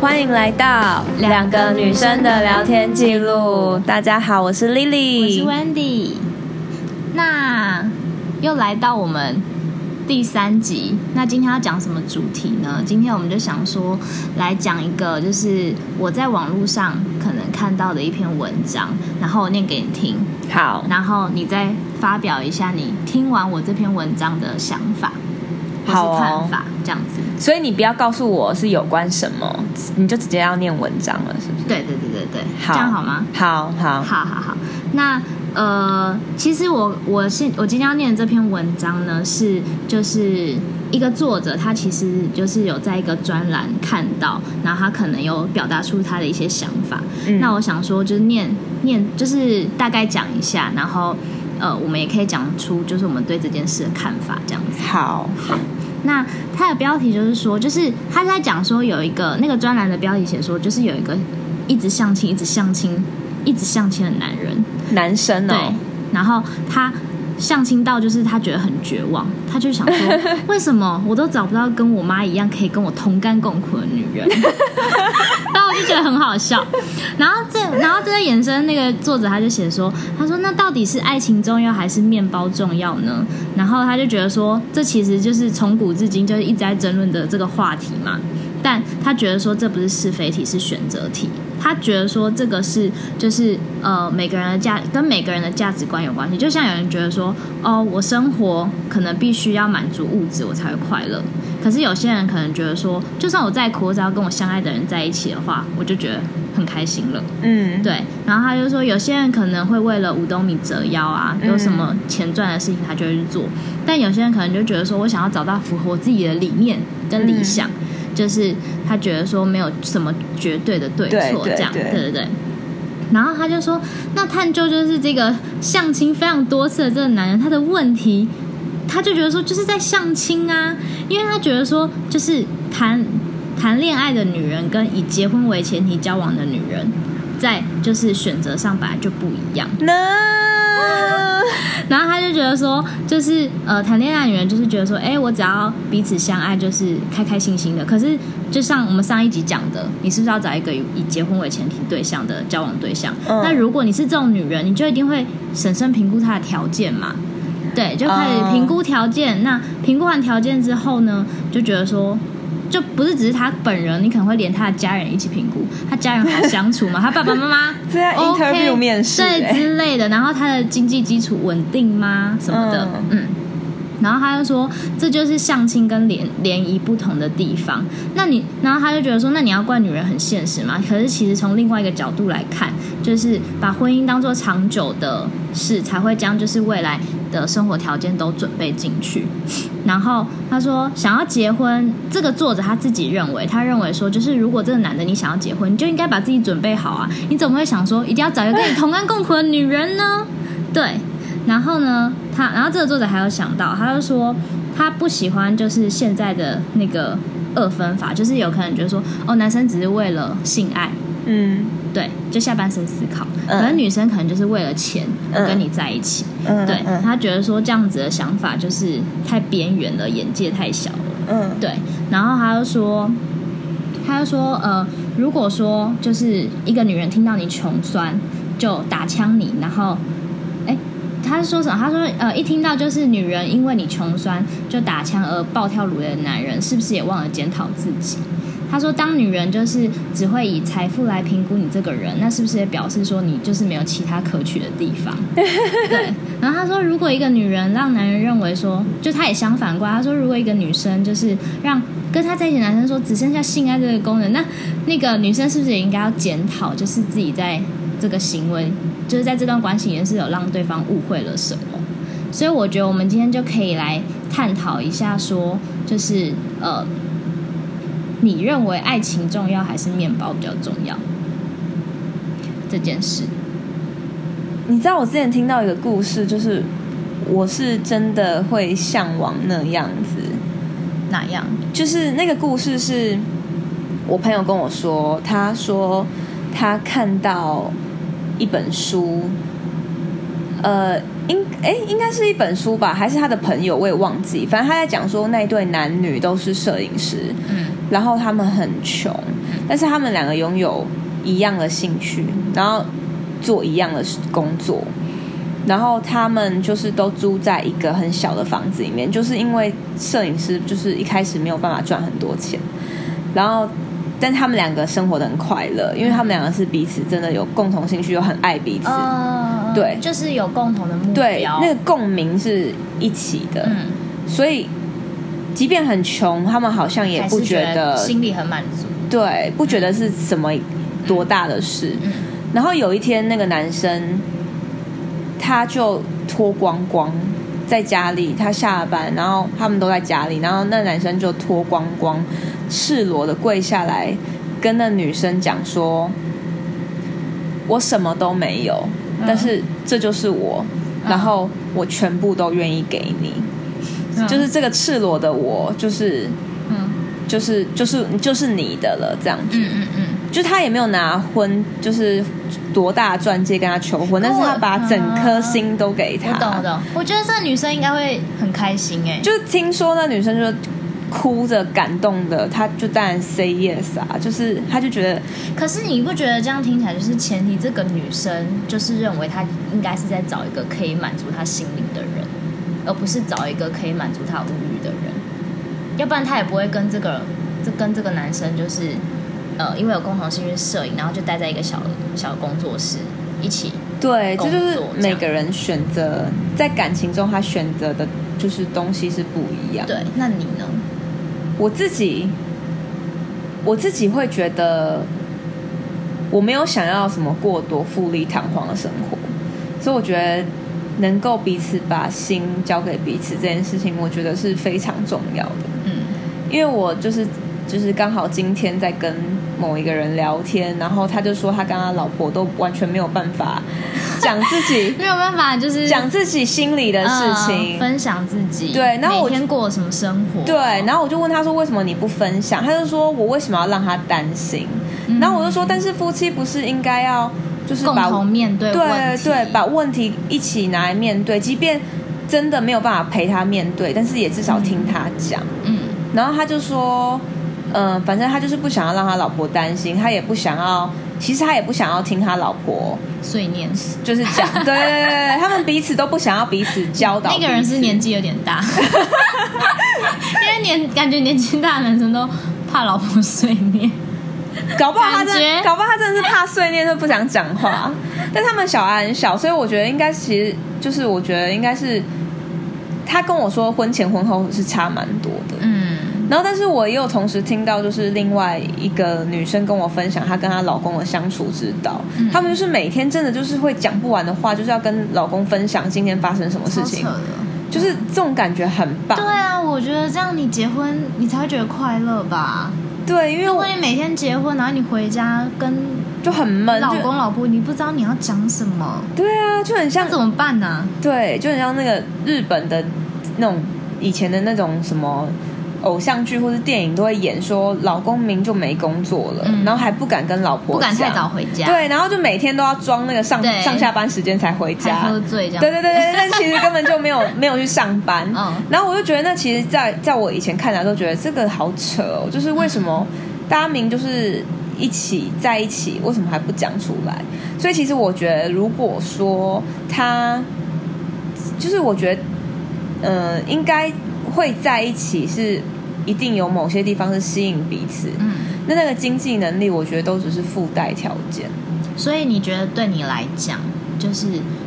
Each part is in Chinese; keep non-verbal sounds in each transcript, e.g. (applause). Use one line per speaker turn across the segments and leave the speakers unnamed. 欢迎来到两个女生的聊天记录。大家好，我是
我是
Lily。
Wendy。那又来到我们第三集，那今天要讲什么主题呢？今天我们就想说来讲一个，就是我在网络上可能看到的一篇文章，然后我念给你听，
好，
然后你再发表一下你听完我这篇文章的想法或
好哦
是看法，这样子。
所以你不要告诉我是有关什么，你就直接要念文章了，是不是？
对对对对对，
好，
这样好吗？？
好好
好好好，那呃，其实我我现我今天要念的这篇文章呢，是就是一个作者，他其实就是有在一个专栏看到，然后他可能有表达出他的一些想法。
嗯
那我想说，就是念念，就是大概讲一下，然后呃，我们也可以讲出就是我们对这件事的看法，这样子。
好，
那它的标题就是说，就是他在讲说有一个那个专栏的标题写说，就是有一个一直相亲、一直相亲、一直相亲的男人，
男生
对
哦，，
然后他相亲到就是他觉得很绝望，他就想说，为什么我都找不到跟我妈一样可以跟我同甘共苦的女人？然后我就觉得很好笑。然后这，然后这个衍生那个作者他就写说，他说那到底是爱情重要还是面包重要呢？然后他就觉得说，这其实就是从古至今就是一直在争论的这个话题嘛。但他觉得说这不是是非题，是选择题。他觉得说这个是就是呃每个人的价跟每个人的价值观有关系。就像有人觉得说哦，我生活可能必须要满足物质我才会快乐，可是有些人可能觉得说，就算我再苦，我只要跟我相爱的人在一起的话，我就觉得很开心了。
嗯，
对，然后他就说，有些人可能会为了五斗米折腰啊，
嗯
有什么钱赚的事情他就会去做，但有些人可能就觉得说，我想要找到符合我自己的理念跟理想，就是他觉得说没有什么绝对的对
对
错
对
这样，
对
对对对。然后他就说，那探究就是这个相亲非常多次的这个男人，他的问题，他就觉得说就是在相亲啊，因为他觉得说就是谈谈恋爱的女人跟以结婚为前提交往的女人，在就是选择上本来就不一样。
那
然后他就觉得说，就是呃，谈恋爱的女人就是觉得说，哎，我只要彼此相爱，就是开开心心的。可是就像我们上一集讲的，你是不是要找一个以以结婚为前提对象的交往对象？
嗯
那如果你是这种女人，你就一定会审慎评估她的条件嘛？对，就开
哦
始评估条件。那评估完条件之后呢，就觉得说。就不是只是他本人，你可能会连他的家人一起评估，他家人好相处吗？他爸爸妈妈
(laughs) 这要 interview
OK，
面试欸
对之类的，然后他的经济基础稳定吗？什么的，
嗯
嗯。然后他就说，这就是相亲跟联联谊不同的地方。那你，然后他就觉得说，那你要怪女人很现实嘛？可是其实从另外一个角度来看，就是把婚姻当做长久的事，才会将就是未来的生活条件都准备进去。然后他说，想要结婚，这个作者他自己认为，他认为说，就是如果这个男的你想要结婚，你就应该把自己准备好啊，你怎么会想说一定要找一个跟你同甘共苦的女人呢？对，然后呢，他，然后这个作者还有想到，他就说他不喜欢就是现在的那个二分法，就是有可能觉得说，哦，男生只是为了性爱，
嗯
对，就下半身思考，
嗯
可是女生可能就是为了钱
嗯
跟你在一起，
嗯，
对
嗯
他觉得说这样子的想法就是太边缘了，眼界太小了。
嗯，
对，然后他就说，他就说，呃，如果说就是一个女人听到你穷酸，就打枪你，然后，哎，他是说什么？他说，呃，一听到就是女人因为你穷酸就打枪而暴跳如雷的男人，是不是也忘了检讨自己？他说，当女人就是只会以财富来评估你这个人，那是不是也表示说你就是没有其他可取的地方？对，然后他说，如果一个女人让男人认为说，就他也相反过来，他说，如果一个女生就是让跟他在一起的男生说只剩下性爱这个功能，那那个女生是不是也应该要检讨，就是自己在这个行为，就是在这段关系里面是有让对方误会了什么？所以我觉得我们今天就可以来探讨一下说就是呃，你认为爱情重要还是面包比较重要这件事？
你知道我之前听到一个故事，就是我是真的会向往那样子。
哪样？
就是那个故事是我朋友跟我说，他说他看到一本书，呃，应哎应该是一本书吧，还是他的朋友，我也忘记。反正他在讲说那一对男女都是摄影师，
嗯
然后他们很穷，但是他们两个拥有一样的兴趣，然后做一样的工作，然后他们就是都租在一个很小的房子里面，就是因为摄影师就是一开始没有办法赚很多钱，然后。但他们两个生活的很快乐，因为他们两个是彼此真的有共同兴趣，又很爱彼此。
哦，
对
就是有共同的目标，
对，那个共鸣是一起的，
嗯，
所以即便很穷，他们好像也
还
不
是
觉
觉
得
心里很满足，
对，不觉得是什么多大的事。
嗯
然后有一天，那个男生他就脱光光在家里，他下班，然后他们都在家里，然后那男生就脱光光，赤裸的跪下来，跟那女生讲说：“我什么都没有，
嗯
但是这就是我，然后我全部都愿意给你。
嗯
就是这个赤裸的我，就是
嗯
就是就是就是你的了，这样子。
嗯嗯嗯，
就他也没有拿婚，就是多大的钻戒跟他求婚，但是他把整颗心都给他。
嗯我懂我懂，我觉得这个女生应该会很开心哎，
啊就听说那女生就哭着感动的，他就当然 say yes 啊，就是他就觉得
可是你不觉得这样听起来就是前提，这个女生就是认为她应该是在找一个可以满足她心灵的人，而不是找一个可以满足她物欲的人，要不然她也不会跟这个这跟这个男生就是呃，因为有共同兴趣是摄影，然后就待在一个小小工作室一起，
对，这就是
工作这
每
样
个人选择在感情中他选择的就是东西是不一样。
对，那你呢？
我自己，我自己会觉得我没有想要什么过多富丽堂皇的生活，所以我觉得能够彼此把心交给彼此这件事情，我觉得是非常重要的。
嗯
因为我就是就是刚好今天在跟某一个人聊天，然后他就说他跟他老婆都完全没有办法讲自己
没有办法，就是
讲自己心里的事情，
呃分享自己，
对那我
每天过什么生活，
对，然后我就问他说为什么你不分享？他就说我为什么要让他担心？
嗯
然后我就说，但是夫妻不是应该要就是
共
把
同面对问
对
题，
对把问题一起拿来面对，即便真的没有办法陪他面对，但是也至少听他讲。
嗯。
然后他就说，嗯、反正他就是不想要让他老婆担心，他也不想要，其实他也不想要听他老婆
碎念。
就是讲，对对对对，他们彼此都不想要彼此教导彼此。
那个人是年纪有点
(laughs)
大，因为年感觉年纪大的男生都怕老婆碎念。
搞不好他真
感
的，
觉
搞不好他真的是怕碎念，就不想讲话。 (laughs) 但他们小孩很小，所以我觉得应该其实就是，我觉得应该是他跟我说婚前婚后是差蛮多的。
嗯
然后，但是我也有同时听到，就是另外一个女生跟我分享她跟她老公的相处之道。
嗯
他们就是每天真的就是会讲不完的话，就是要跟老公分享今天发生什么事情
超扯，的
就是这种感觉很棒
对。啊，我觉得这样你结婚你才会觉得快乐吧。
对，因为
如
我
果你每天结婚，然后你回家跟
就很闷，
老
嗯就
公老婆，你不知道你要讲什么，
对啊，就很像
那怎么办呢、啊
对，就很像那个日本的那种以前的那种什么偶像剧或是电影都会演说，老公明就没工作了，
嗯
然后还不敢跟老婆
不敢太
讲
早回家，，
对，然后就每天都要装那个上
对
上下班时间才回
还
家，
喝醉这样。
对对对对，但其实根本就没有没有去上班。
嗯
然后我就觉得，那其实在，在我以前看来都觉得这个好扯哦，就是为什么大家明就是一起在一起，为什么还不讲出来？所以其实我觉得，如果说他，就是我觉得，呃，应该会在一起是。一定有某些地方是吸引彼此，
嗯，
那那个经济能力，我觉得都只是附带条件。
所以你觉得对你来讲，就是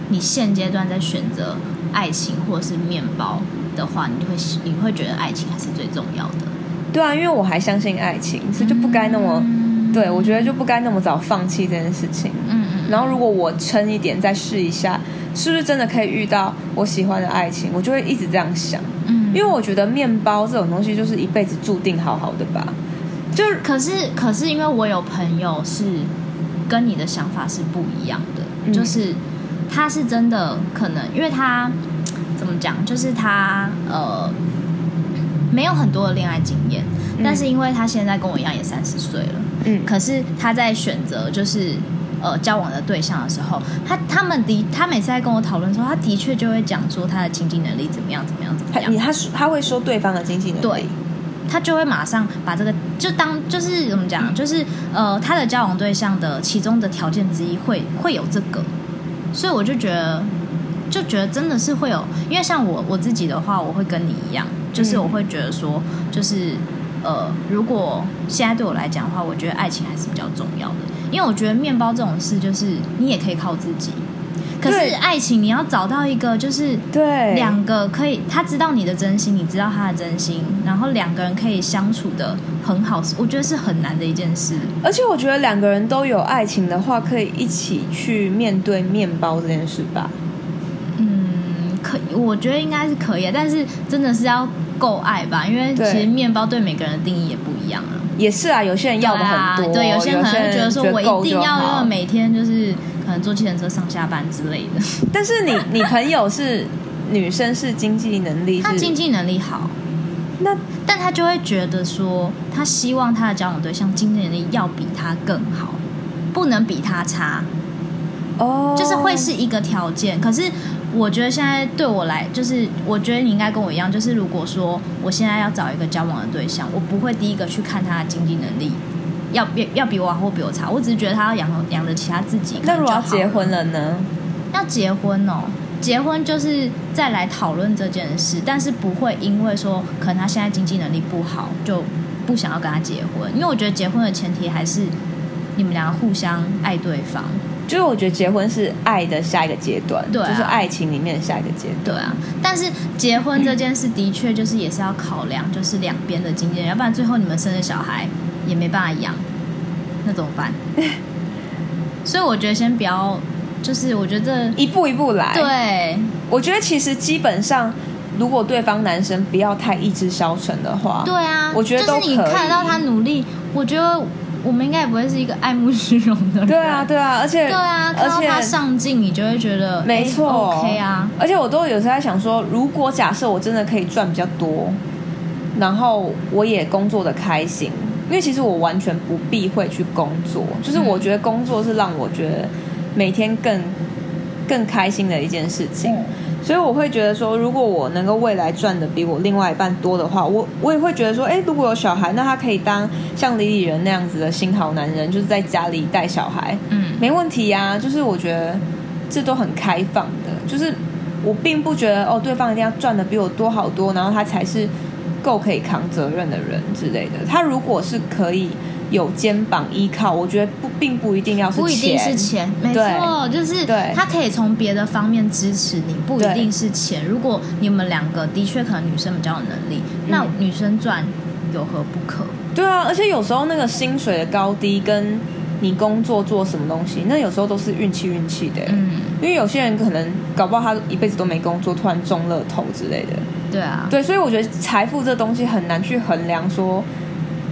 你现阶段在选择爱情或者是面包的话，你就会喜你会觉得爱情还是最重要的，
对啊，因为我还相信爱情，所以就不该那么
嗯
对，我觉得就不该那么早放弃这件事情。
嗯嗯
然后如果我撑一点，再试一下，是不是真的可以遇到我喜欢的爱情？我就会一直这样想，
嗯，
因为我觉得面包这种东西就是一辈子注定好好的吧。
就是可是可是因为我有朋友是跟你的想法是不一样的，
嗯
就是他是真的可能，因为他怎么讲，就是他呃没有很多的恋爱经验，但是因为他现在跟我一样也三十岁了，
嗯
可是他在选择就是呃交往的对象的时候，他他们的他每次在跟我讨论的时候，他的确就会讲说他的经济能力怎么样怎么样怎么
他
样
你，他说他会说对方的经济能力，
对，他就会马上把这个就当就是怎么讲，就是呃他的交往对象的其中的条件之一会会有这个，所以我就觉得就觉得真的是会有，因为像我我自己的话，我会跟你一样，就是我会觉得说就是。呃，如果现在对我来讲的话，我觉得爱情还是比较重要的，因为我觉得面包这种事，就是你也可以靠自己。可
对
是爱情，你要找到一个就是
对，
两个可以，他知道你的真心，你知道他的真心，然后两个人可以相处的很好，我觉得是很难的一件事。
而且我觉得两个人都有爱情的话，可以一起去面对面包这件事吧。
嗯，可我觉得应该是可以，啊但是真的是要够爱吧，因为
对
其实面包对每个人的定义也不一样啊。
也是啊，有些人要的很多，
对,、啊有
有
些人可能觉得说我
够
一定
就
要
好
因为每天就是可能坐计程车上下班之类的。
但是
(laughs)
你你朋友是女生，是经济能力
他
是
经济能力好，
那
但他就会觉得说，他希望他的交往对象经济能力要比他更好，不能比他差，
哦，
就是会是一个条件。可是我觉得现在对我来，就是我觉得你应该跟我一样，就是如果说我现在要找一个交往的对象，我不会第一个去看他的经济能力。要比要比我好或比我差，我只是觉得他要养养得起他自己。
那如果要
可能就好
结
了
婚了呢？
要结婚哦，结婚就是再来讨论这件事，但是不会因为说可能他现在经济能力不好就不想要跟他结婚，因为我觉得结婚的前提还是你们两个互相爱对方。
就是我觉得结婚是爱的下一个阶段，
对啊
就是爱情里面的下一个阶段。
对啊，但是结婚这件事的确就是也是要考量，就是两边的经济能力，要不然最后你们生的小孩也没办法养，那怎么
(laughs)
办？所以我觉得先不要，就是我觉得
一步一步来。，
对
我觉得其实基本上，如果对方男生不要太意志消沉的话，
对啊，
我觉得
就
都
是你
可以
看得到他努力，我觉得我们应该也不会是一个爱慕虚荣的人。
对啊，，对啊，而且
对啊，看
而
到他
且
上进，你就会觉得
没
诶
错、
，OK 啊，。
而且我都有时候在想说，如果假设我真的可以赚比较多，然后我也工作的开心，因为其实我完全不避讳去工作，就是
嗯
我觉得工作是让我觉得每天更更开心的一件事情。
嗯
所以我会觉得说，如果我能够未来赚的比我另外一半多的话，我我也会觉得说，哎，如果有小孩，那他可以当像李李仁那样子的新好男人，就是在家里带小孩，
嗯，
没问题呀、就是我觉得这都很开放的，就是我并不觉得哦，对方一定要赚的比我多好多，然后他才是够可以扛责任的人之类的。他如果是可以有肩膀依靠，我觉得不并不一定啊要是钱，
不一定是钱，没
对
错，就是
对
他可以从别的方面支持你，不一
对
定是钱。如果你们两个的确可能女生比较有能力，那
嗯
女生赚有何不可？
对啊，而且有时候那个薪水的高低跟你工作做什么东西，那有时候都是运气运气的。
嗯，
因为有些人可能搞不好他一辈子都没工作，突然中乐透之类的。
对啊，
对，所以我觉得财富这东西很难去衡量说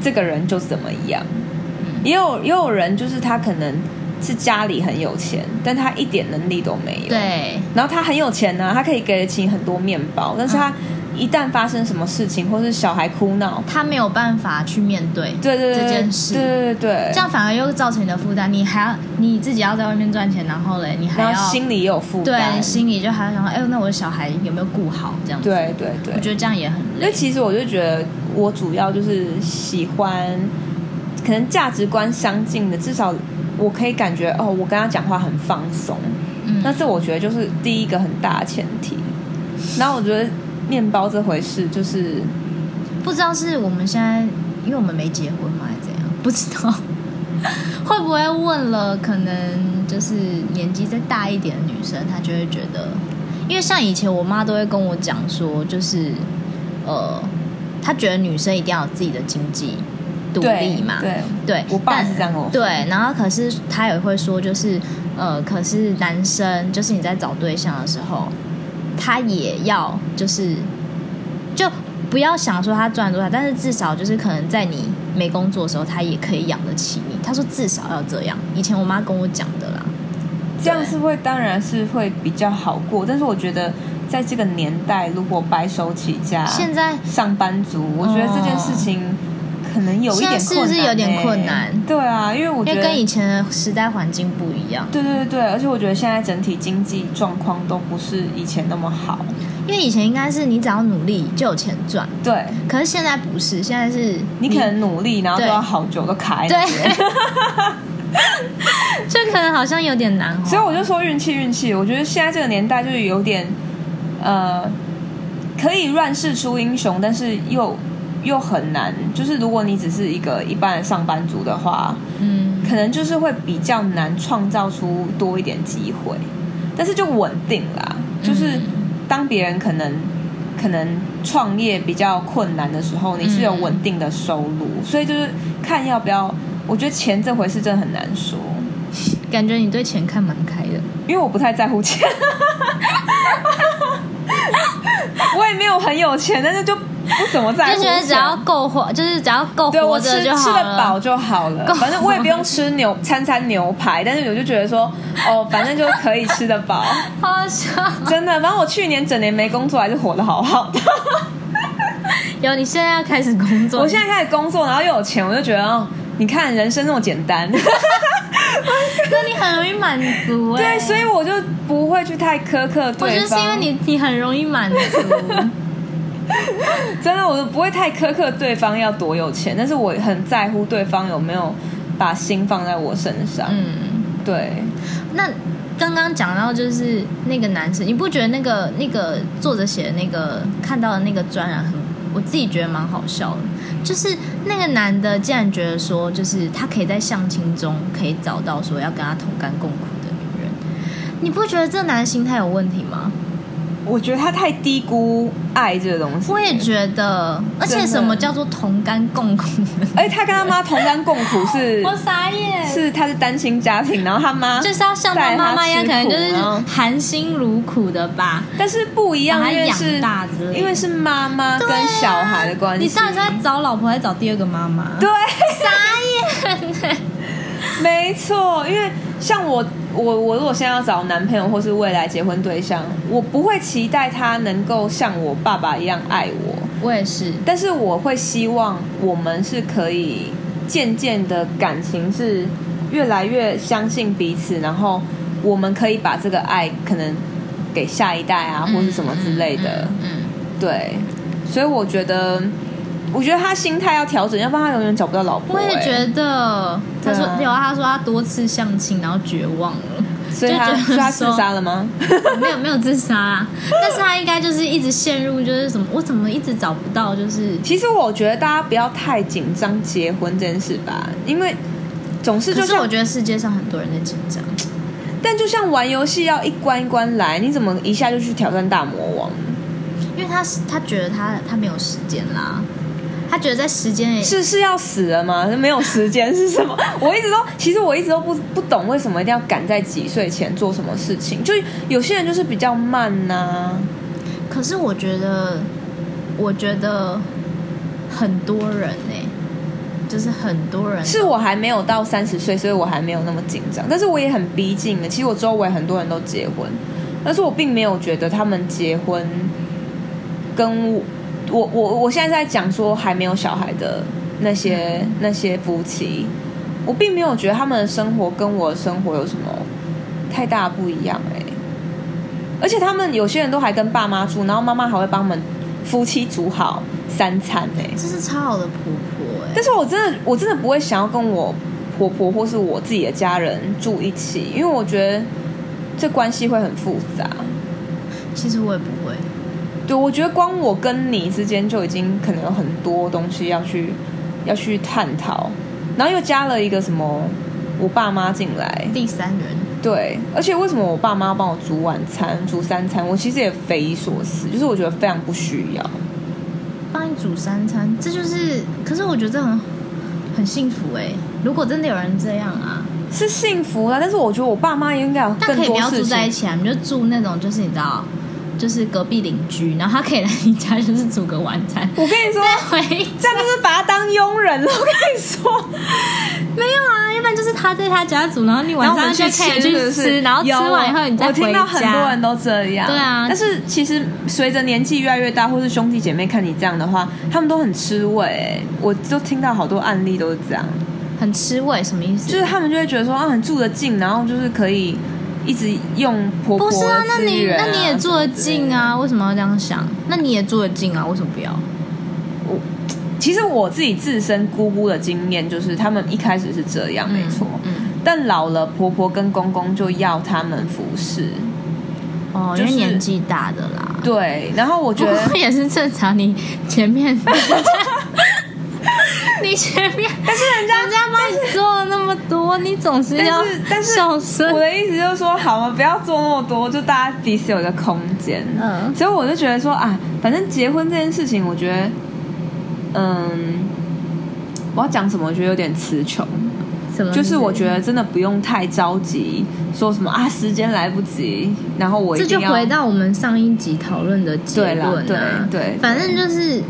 这个人就怎么样。
嗯
也有也有人就是他可能是家里很有钱，但他一点能力都没有。
对，
然后他很有钱呢、他可以给得起很多面包，但是他
嗯
一旦发生什么事情，或是小孩哭闹，
他没有办法去面对。
对对对，
这件事
对对对对，
这样反而又造成你的负担，你还要你自己要在外面赚钱，然后嘞，你还
然
要
后心里也有负担，
对心里就还要想说，哎呦，那我的小孩有没有顾好这样子？
对对
我
对。
觉得这样也很
因为
累。
其实我就觉得，我主要就是喜欢，可能价值观相近的，至少我可以感觉哦，我跟他讲话很放松。
嗯，
那这我觉得就是第一个很大的前提。然后我觉得面包这回事，就是
不知道是我们现在，因为我们没结婚嘛，还是怎样？ (laughs) 不知道会不会问了，可能就是年纪再大一点的女生，她就会觉得，因为像以前我妈都会跟我讲说，就是呃，她觉得女生一定要有自己的经济独
对
立嘛，
对，
对，
我爸
但
是这样跟我说
对，然后可是他也会说，就是呃，可是男生就是你在找对象的时候，他也要就是就不要想说他赚多少，但是至少就是可能在你没工作的时候，他也可以养得起你。他说至少要这样，以前我妈跟我讲的啦。
这样是会当然是会比较好过。但是我觉得在这个年代，如果白手起家，
现在哦
上班族，我觉得这件事情可能有一点困难、欸，
现在是不是有点困难
对啊，因为我觉
因为
得
跟以前的时代环境不一样，
对对对对，而且我觉得现在整体经济状况都不是以前那么好。
因因为以前应该是你只要努力就有钱赚，
对，
可是现在不是，现在是
你可能努力，然后都
对
要好久都卡在那边
对， (laughs) 这可能好像有点难哦。
所以我就说运气，运气。我觉得现在这个年代就是有点，呃，可以乱世出英雄，但是又又很难。就是如果你只是一个一般的上班族的话，
嗯，
可能就是会比较难创造出多一点机会，但是就稳定啦。
嗯
就是当别人可能可能创业比较困难的时候，你是有
嗯
稳定的收入，所以就是看要不要。我觉得钱这回事真的很难说。
感觉你对钱看蛮开的。
因为我不太在乎钱， (laughs) 我也没有很有钱，但是就不怎么在乎
就觉得
钱
只要够活，就是只要够
啊 (laughs) 对我
活
吃
着就
吃
好
得饱
了。
就好了
够，
反正我也不用吃牛餐餐牛排，但是我就觉得说，哦，反正就可以吃得饱，
好好笑，
真的。反正我去年整年没工作，还是活得好好的。
有你现在要开始工
(laughs)
作，
我现在开始工作，然后又有钱，我就觉得，哦，你看人生那么简单。 (laughs)
那你很容易满足哎、
对，所以我就不会去太苛刻对方。
我觉得是因为你你很容易满足。
真的，我都不会太苛刻对方要多有钱，但是我很在乎对方有没有把心放在我身上。
嗯，
对，
那刚刚讲到就是那个男生，你不觉得那个那个作者写的那个看到的那个专栏很，我自己觉得蛮好笑的。就是那个男的竟然觉得说，就是他可以在相亲中可以找到说要跟他同甘共苦的女人，你不觉得这男的心态有问题
(laughs)
吗？
我觉得他太低估爱这个东西。
我也觉得，而且
真的
什么叫做同甘共苦呢？
而且他跟他妈同甘共苦
(laughs)
是
我傻眼，
是，他是单亲家庭，然后他妈
就是要像他妈妈一样，可
带他
能
吃苦
就是
然后
含辛茹苦的吧。
但是不一
把
样，
他
因为
养
是
大之类的
因为是妈妈跟
对啊
小孩的关系。
你到底是在找老婆，还是找第二个妈妈？
对， (laughs)
傻眼、
没错，因为像我，我我如果现在要找男朋友或是未来结婚对象，我不会期待他能够像我爸爸一样爱我，
(laughs) 我也是，
但是我会希望我们是可以渐渐的感情是越来越相信彼此，然后我们可以把这个爱可能给下一代啊，或是什么之类的。
嗯。嗯嗯
对，所以我觉得，我觉得他心态要调整，要不然他永远找不到老婆、
我也
欸
觉得，他
对啊
说有啊，他说他多次相亲，然后绝望了， (laughs)
所以
就
他
觉得
所以他自
说
杀了吗？
没有没有自杀啊，但是他应该就是一直陷入就是什么，我怎么一直找不到，就是
其实我觉得大家不要太紧张结婚这件事吧，因为总是
可
就是
我
像，
觉得世界上很多人在紧张，
但就像玩游戏要一关一关来，你怎么一下就去挑战大魔王？
因为他是他觉得他他没有时间啦，他觉得在时间也
是是要死了吗？没有时间是什么？我一直都其实我一直都不不懂为什么一定要赶在几岁前做什么事情，就有些人就是比较慢呐、
可是我觉得，我觉得很多人呢、就是很多人
是我还没有到三十岁，所以我还没有那么紧张，但是我也很逼近的。其实我周围很多人都结婚，但是我并没有觉得他们结婚跟我我我我现在在讲说还没有小孩的那些、那些夫妻，我并没有觉得他们的生活跟我的生活有什么太大不一样哎、而且他们有些人都还跟爸妈住，然后妈妈还会帮我们夫妻煮好三餐哎、
这是超好的婆婆哎、
但是我真的我真的不会想要跟我婆婆或是我自己的家人住一起，因为我觉得这关系会很复杂。
其实我也不会，
对，我觉得光我跟你之间就已经可能有很多东西要去要去探讨，然后又加了一个什么我爸妈进来，
第三人
对，而且为什么我爸妈要帮我煮晚餐、煮三餐，我其实也匪夷所思，就是我觉得非常不需要。
帮你煮三餐，这就是。可是我觉得这很很幸福哎、如果真的有人这样啊，
是幸福啦，但是我觉得我爸妈应该有
但
更
可以不
多
要
事
住
情
在一起啊，你就住那种就是你知道，就是隔壁邻居，然后他可以来你家就是煮个晚餐，
我跟你说，
再回
这样就是把他当佣人了。我跟你 (laughs) 说，
没有啊，要不然就是他在他家煮，然后你晚
然后我
上
们
就可以去
是不是
然后吃
有
完以后你再
我
回家。
听到很多人都这样，
对啊
但是其实随着年纪越来越大，或是兄弟姐妹看你这样的话，他们都很吃味、我都听到好多案例都是这样，
很吃味，什么意思？
就是他们就会觉得说啊，你住得近，然后就是可以一直用婆婆
不
的
是啊，那
资
你
源
那你也
什么
住得
之类
近
的
啊，为什么要这样想？那你也住得近啊，为什么不要？
其实我自己自身姑姑的经验就是，他们一开始是这样，没错。
嗯，
但老了，婆婆跟公公就要他们服侍。
哦，
嗯就
因为
是
年纪大的啦。
对，然后我
不
觉得
过，也是正常，你前面 (laughs) 你前面，但是人家人家帮你做了那么多，你总是要
但是但是
孝顺
我。的意思就是说，好了，不要做那么多，就大家彼此有一个空间。
嗯
所以我就觉得说啊，反正结婚这件事情，我觉得，嗯，我要讲什么，我觉得有点词穷。
什么意思？
就是我觉得真的不用太着急，说什么啊时间来不及，然后我一
这就
定要
回到我们上一集讨论的结
对啦
论、啊、
对对
反正就是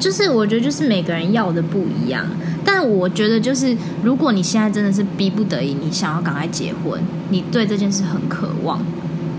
就是我觉得就是每个人要的不一样，但我觉得就是如果你现在真的是逼不得已，你想要赶快结婚，你对这件事很渴望，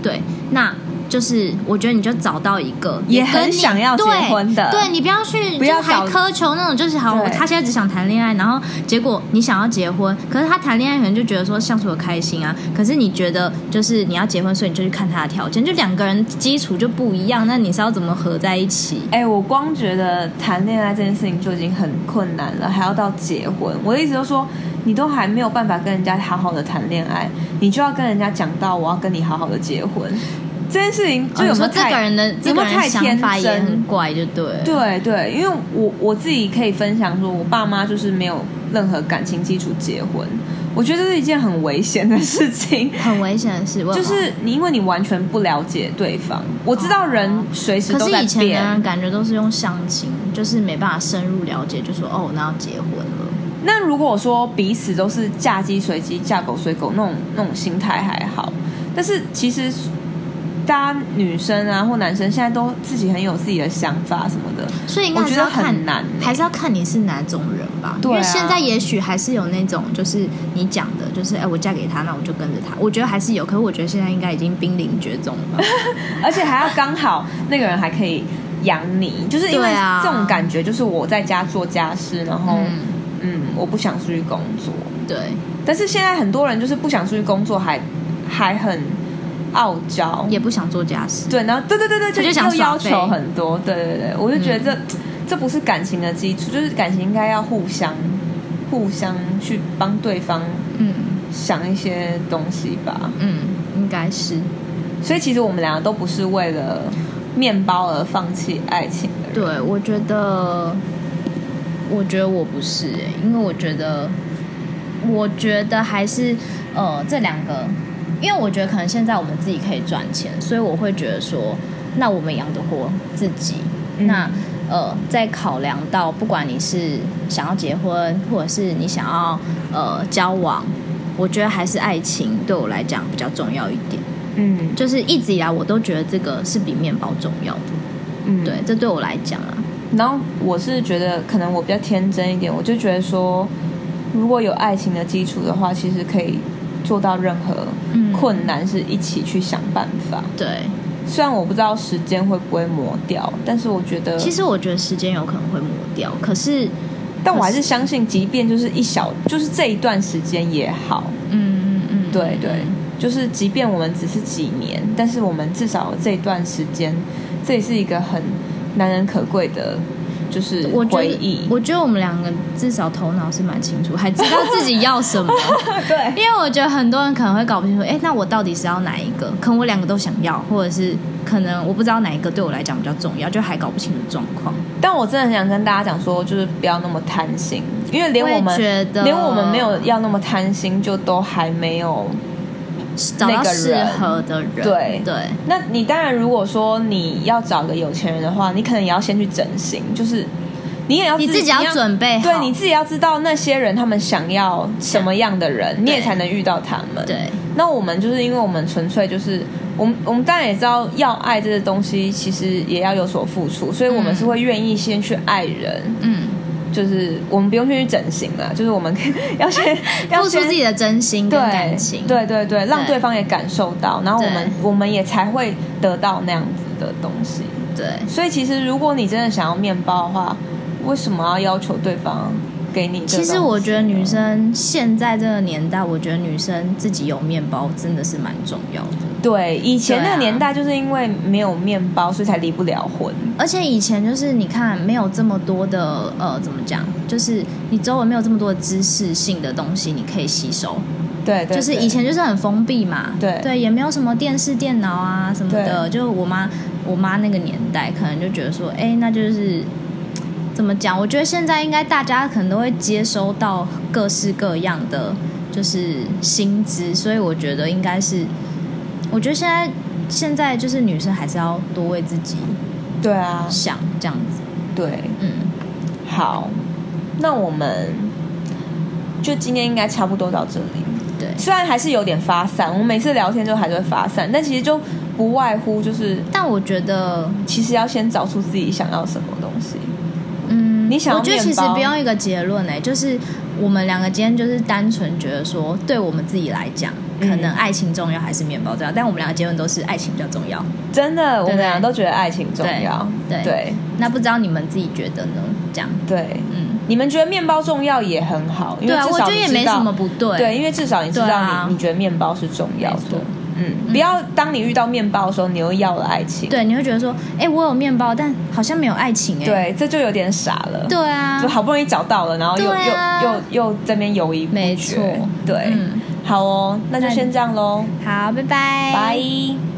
对，那。就是我觉得你就找到一个
也
跟
很
你
想要结婚的
对对你不要去
不要
就还
找
苛求那种，就是好，
对
他现在只想谈恋爱，然后结果你想要结婚，可是他谈恋爱可能就觉得说相处的开心啊，可是你觉得就是你要结婚，所以你就去看他的条件，就两个人基础就不一样，那你是要怎么合在一起？
哎、我光觉得谈恋爱这件事情就已经很困难了，还要到结婚。我的意思就是说，你都还没有办法跟人家好好的谈恋爱，你就要跟人家讲到我要跟你好好的结婚，这件事情就有
哦你
没有
说这
太、
个人的这
有没
个
有
人
太
想
天
法也很
真？
怪，就对。
对对，因为我我自己可以分享说，我爸妈就是没有任何感情基础结婚，我觉得这是一件很危险的事
(laughs)
情。
很危险的事，为什
就
么
是你，因为你完全不了解对方。我知道人
哦
随时
可
都
是
在
以前的
变，
人感觉都是用相亲，就是没办法深入了解，就说哦，那要结婚了。
那如果说彼此都是嫁鸡随鸡、嫁狗随狗那种那种心态还好，但是其实大家女生啊或男生现在都自己很有自己的想法什么的，
所以应该
我
还
觉
是
得
要看
很难、欸。
还是要看你是哪种人吧，
对啊
因为现在也许还是有那种，就是你讲的，就是哎、我嫁给他，那我就跟着他。我觉得还是有，可是我觉得现在应该已经濒临绝种了。
而且还要刚好那个人还可以养你，就是因为
对啊
这种感觉，就是我在家做家事，然后
嗯，
嗯我不想出去工作。
对，
但是现在很多人就是不想出去工作还，还很傲娇，
也不想做家事。
对，然后对对对对，
他就想
又要
耍废嗯
求很多，对对对，我就觉得这、这不是感情的基础，就是感情应该要互相互相去帮对方
嗯
想一些东西吧。
嗯，应该是
所以其实我们两个都不是为了面包而放弃爱情的人。
对。我觉得，我觉得我不是、哎，因为我觉得，我觉得还是呃这两个，因为我觉得可能现在我们自己可以赚钱，所以我会觉得说，那我们养得活自己，
嗯
那呃，在考量到不管你是想要结婚，或者是你想要呃交往，我觉得还是爱情对我来讲比较重要一点。
嗯
就是一直以来我都觉得这个是比面包重要的，
嗯，
对，。这对我来讲啊，
然后我是觉得，可能我比较天真一点，我就觉得说，如果有爱情的基础的话，其实可以做到任何
嗯
困难是一起去想办法。
对，
虽然我不知道时间会不会磨掉，但是我觉得，
其实我觉得时间有可能会磨掉，可是，
但我还是相信，即便就是一小，就是这一段时间也好，
嗯嗯嗯，
对对
嗯，
就是即便我们只是几年，但是我们至少有这一段时间，这也是一个很难能可贵的，就是
嗯我觉
回
得
忆，。
我觉得我们两个至少头脑是蛮清楚，还知道自己要什么。
(laughs) 对
因为我觉得很多人可能会搞不清楚，哎，那我到底是要哪一个？可能我两个都想要，或者是可能我不知道哪一个对我来讲比较重要，就还搞不清楚状况。
但我真的很想跟大家讲说，就是不要那么贪心，因为连我
我也
们
觉得
连我们没有要那么贪心，就都还没有
找
那
到
个人
适合的人，
对
对，
那你当然，如果说你要找个有钱人的话，你可能也要先去整形，就是你也要
你自己要
你
准备好，
对你自己要知道那些人他们想要什么样的人，你也才能遇到他们。，
对
那我们就是因为我们纯粹就是我们我们当然也知道要爱这个东西，其实也要有所付出，所以我们
嗯
是会愿意先去爱人，
嗯，
就是我们不用先去整形了，就是我们 (laughs) 要先要
付出
先
自己的真心
对
跟感情，
对对对，让
对
对方也感受到，然后我们
对
我们也才会得到那样子的东西。
对
所以其实如果你真的想要面包的话，为什么要要求对方给你这
其
个东西。
实我觉得女生现在这个年代，我觉得女生自己有面包真的是蛮重要的。
对以前那
对啊
个年代，就是因为没有面包，所以才离不了婚。
而且以前就是你看没有这么多的呃，怎么讲？就是你周围没有这么多的知识性的东西，你可以吸收。
对对，
就是
对
以前就是很封闭嘛，
对
对，也没有什么电视、电脑啊什么的。就我妈，我妈那个年代，可能就觉得说，哎，那就是怎么讲？我觉得现在应该大家可能都会接收到各式各样的就是薪资，所以我觉得应该是，我觉得现在现在就是女生还是要多为自己
对啊，
想这样子，
对，
嗯，
好，那我们就今天应该差不多到这里。
对，
虽然还是有点发散，我们每次聊天就还是会发散，但其实就不外乎就是，
但我觉得，
其实要先找出自己想要什么东西。
嗯，
你想要
我觉得其
面
实
包
不用一个结论哎、就是我们两个今天就是单纯觉得说，对我们自己来讲，
嗯
可能爱情重要还是面包重要，但我们两个结论都是爱情比较重要。
真的，我们
对
俩都觉得爱情重要。
对
对
那不知道你们自己觉得呢？这样，
对
嗯，
你们觉得面包重要也很好，因为
对啊，
至
我
少
觉
你
得也
知
没
道
什么不对，
对，因为至少你知道你、
对啊
你觉得面包是重要
没
的
错。
嗯，不要当你遇到面包的时候，你又要了爱情。
对，你会觉得说，哎、我有面包，但好像没有爱情哎、
对，这就有点傻了。
对啊
就，好不容易找到了，然后又、
对啊
又又又这边犹疑不决
没错
对，
嗯
好哦，那就
那
先这样喽，
好，拜拜，
拜。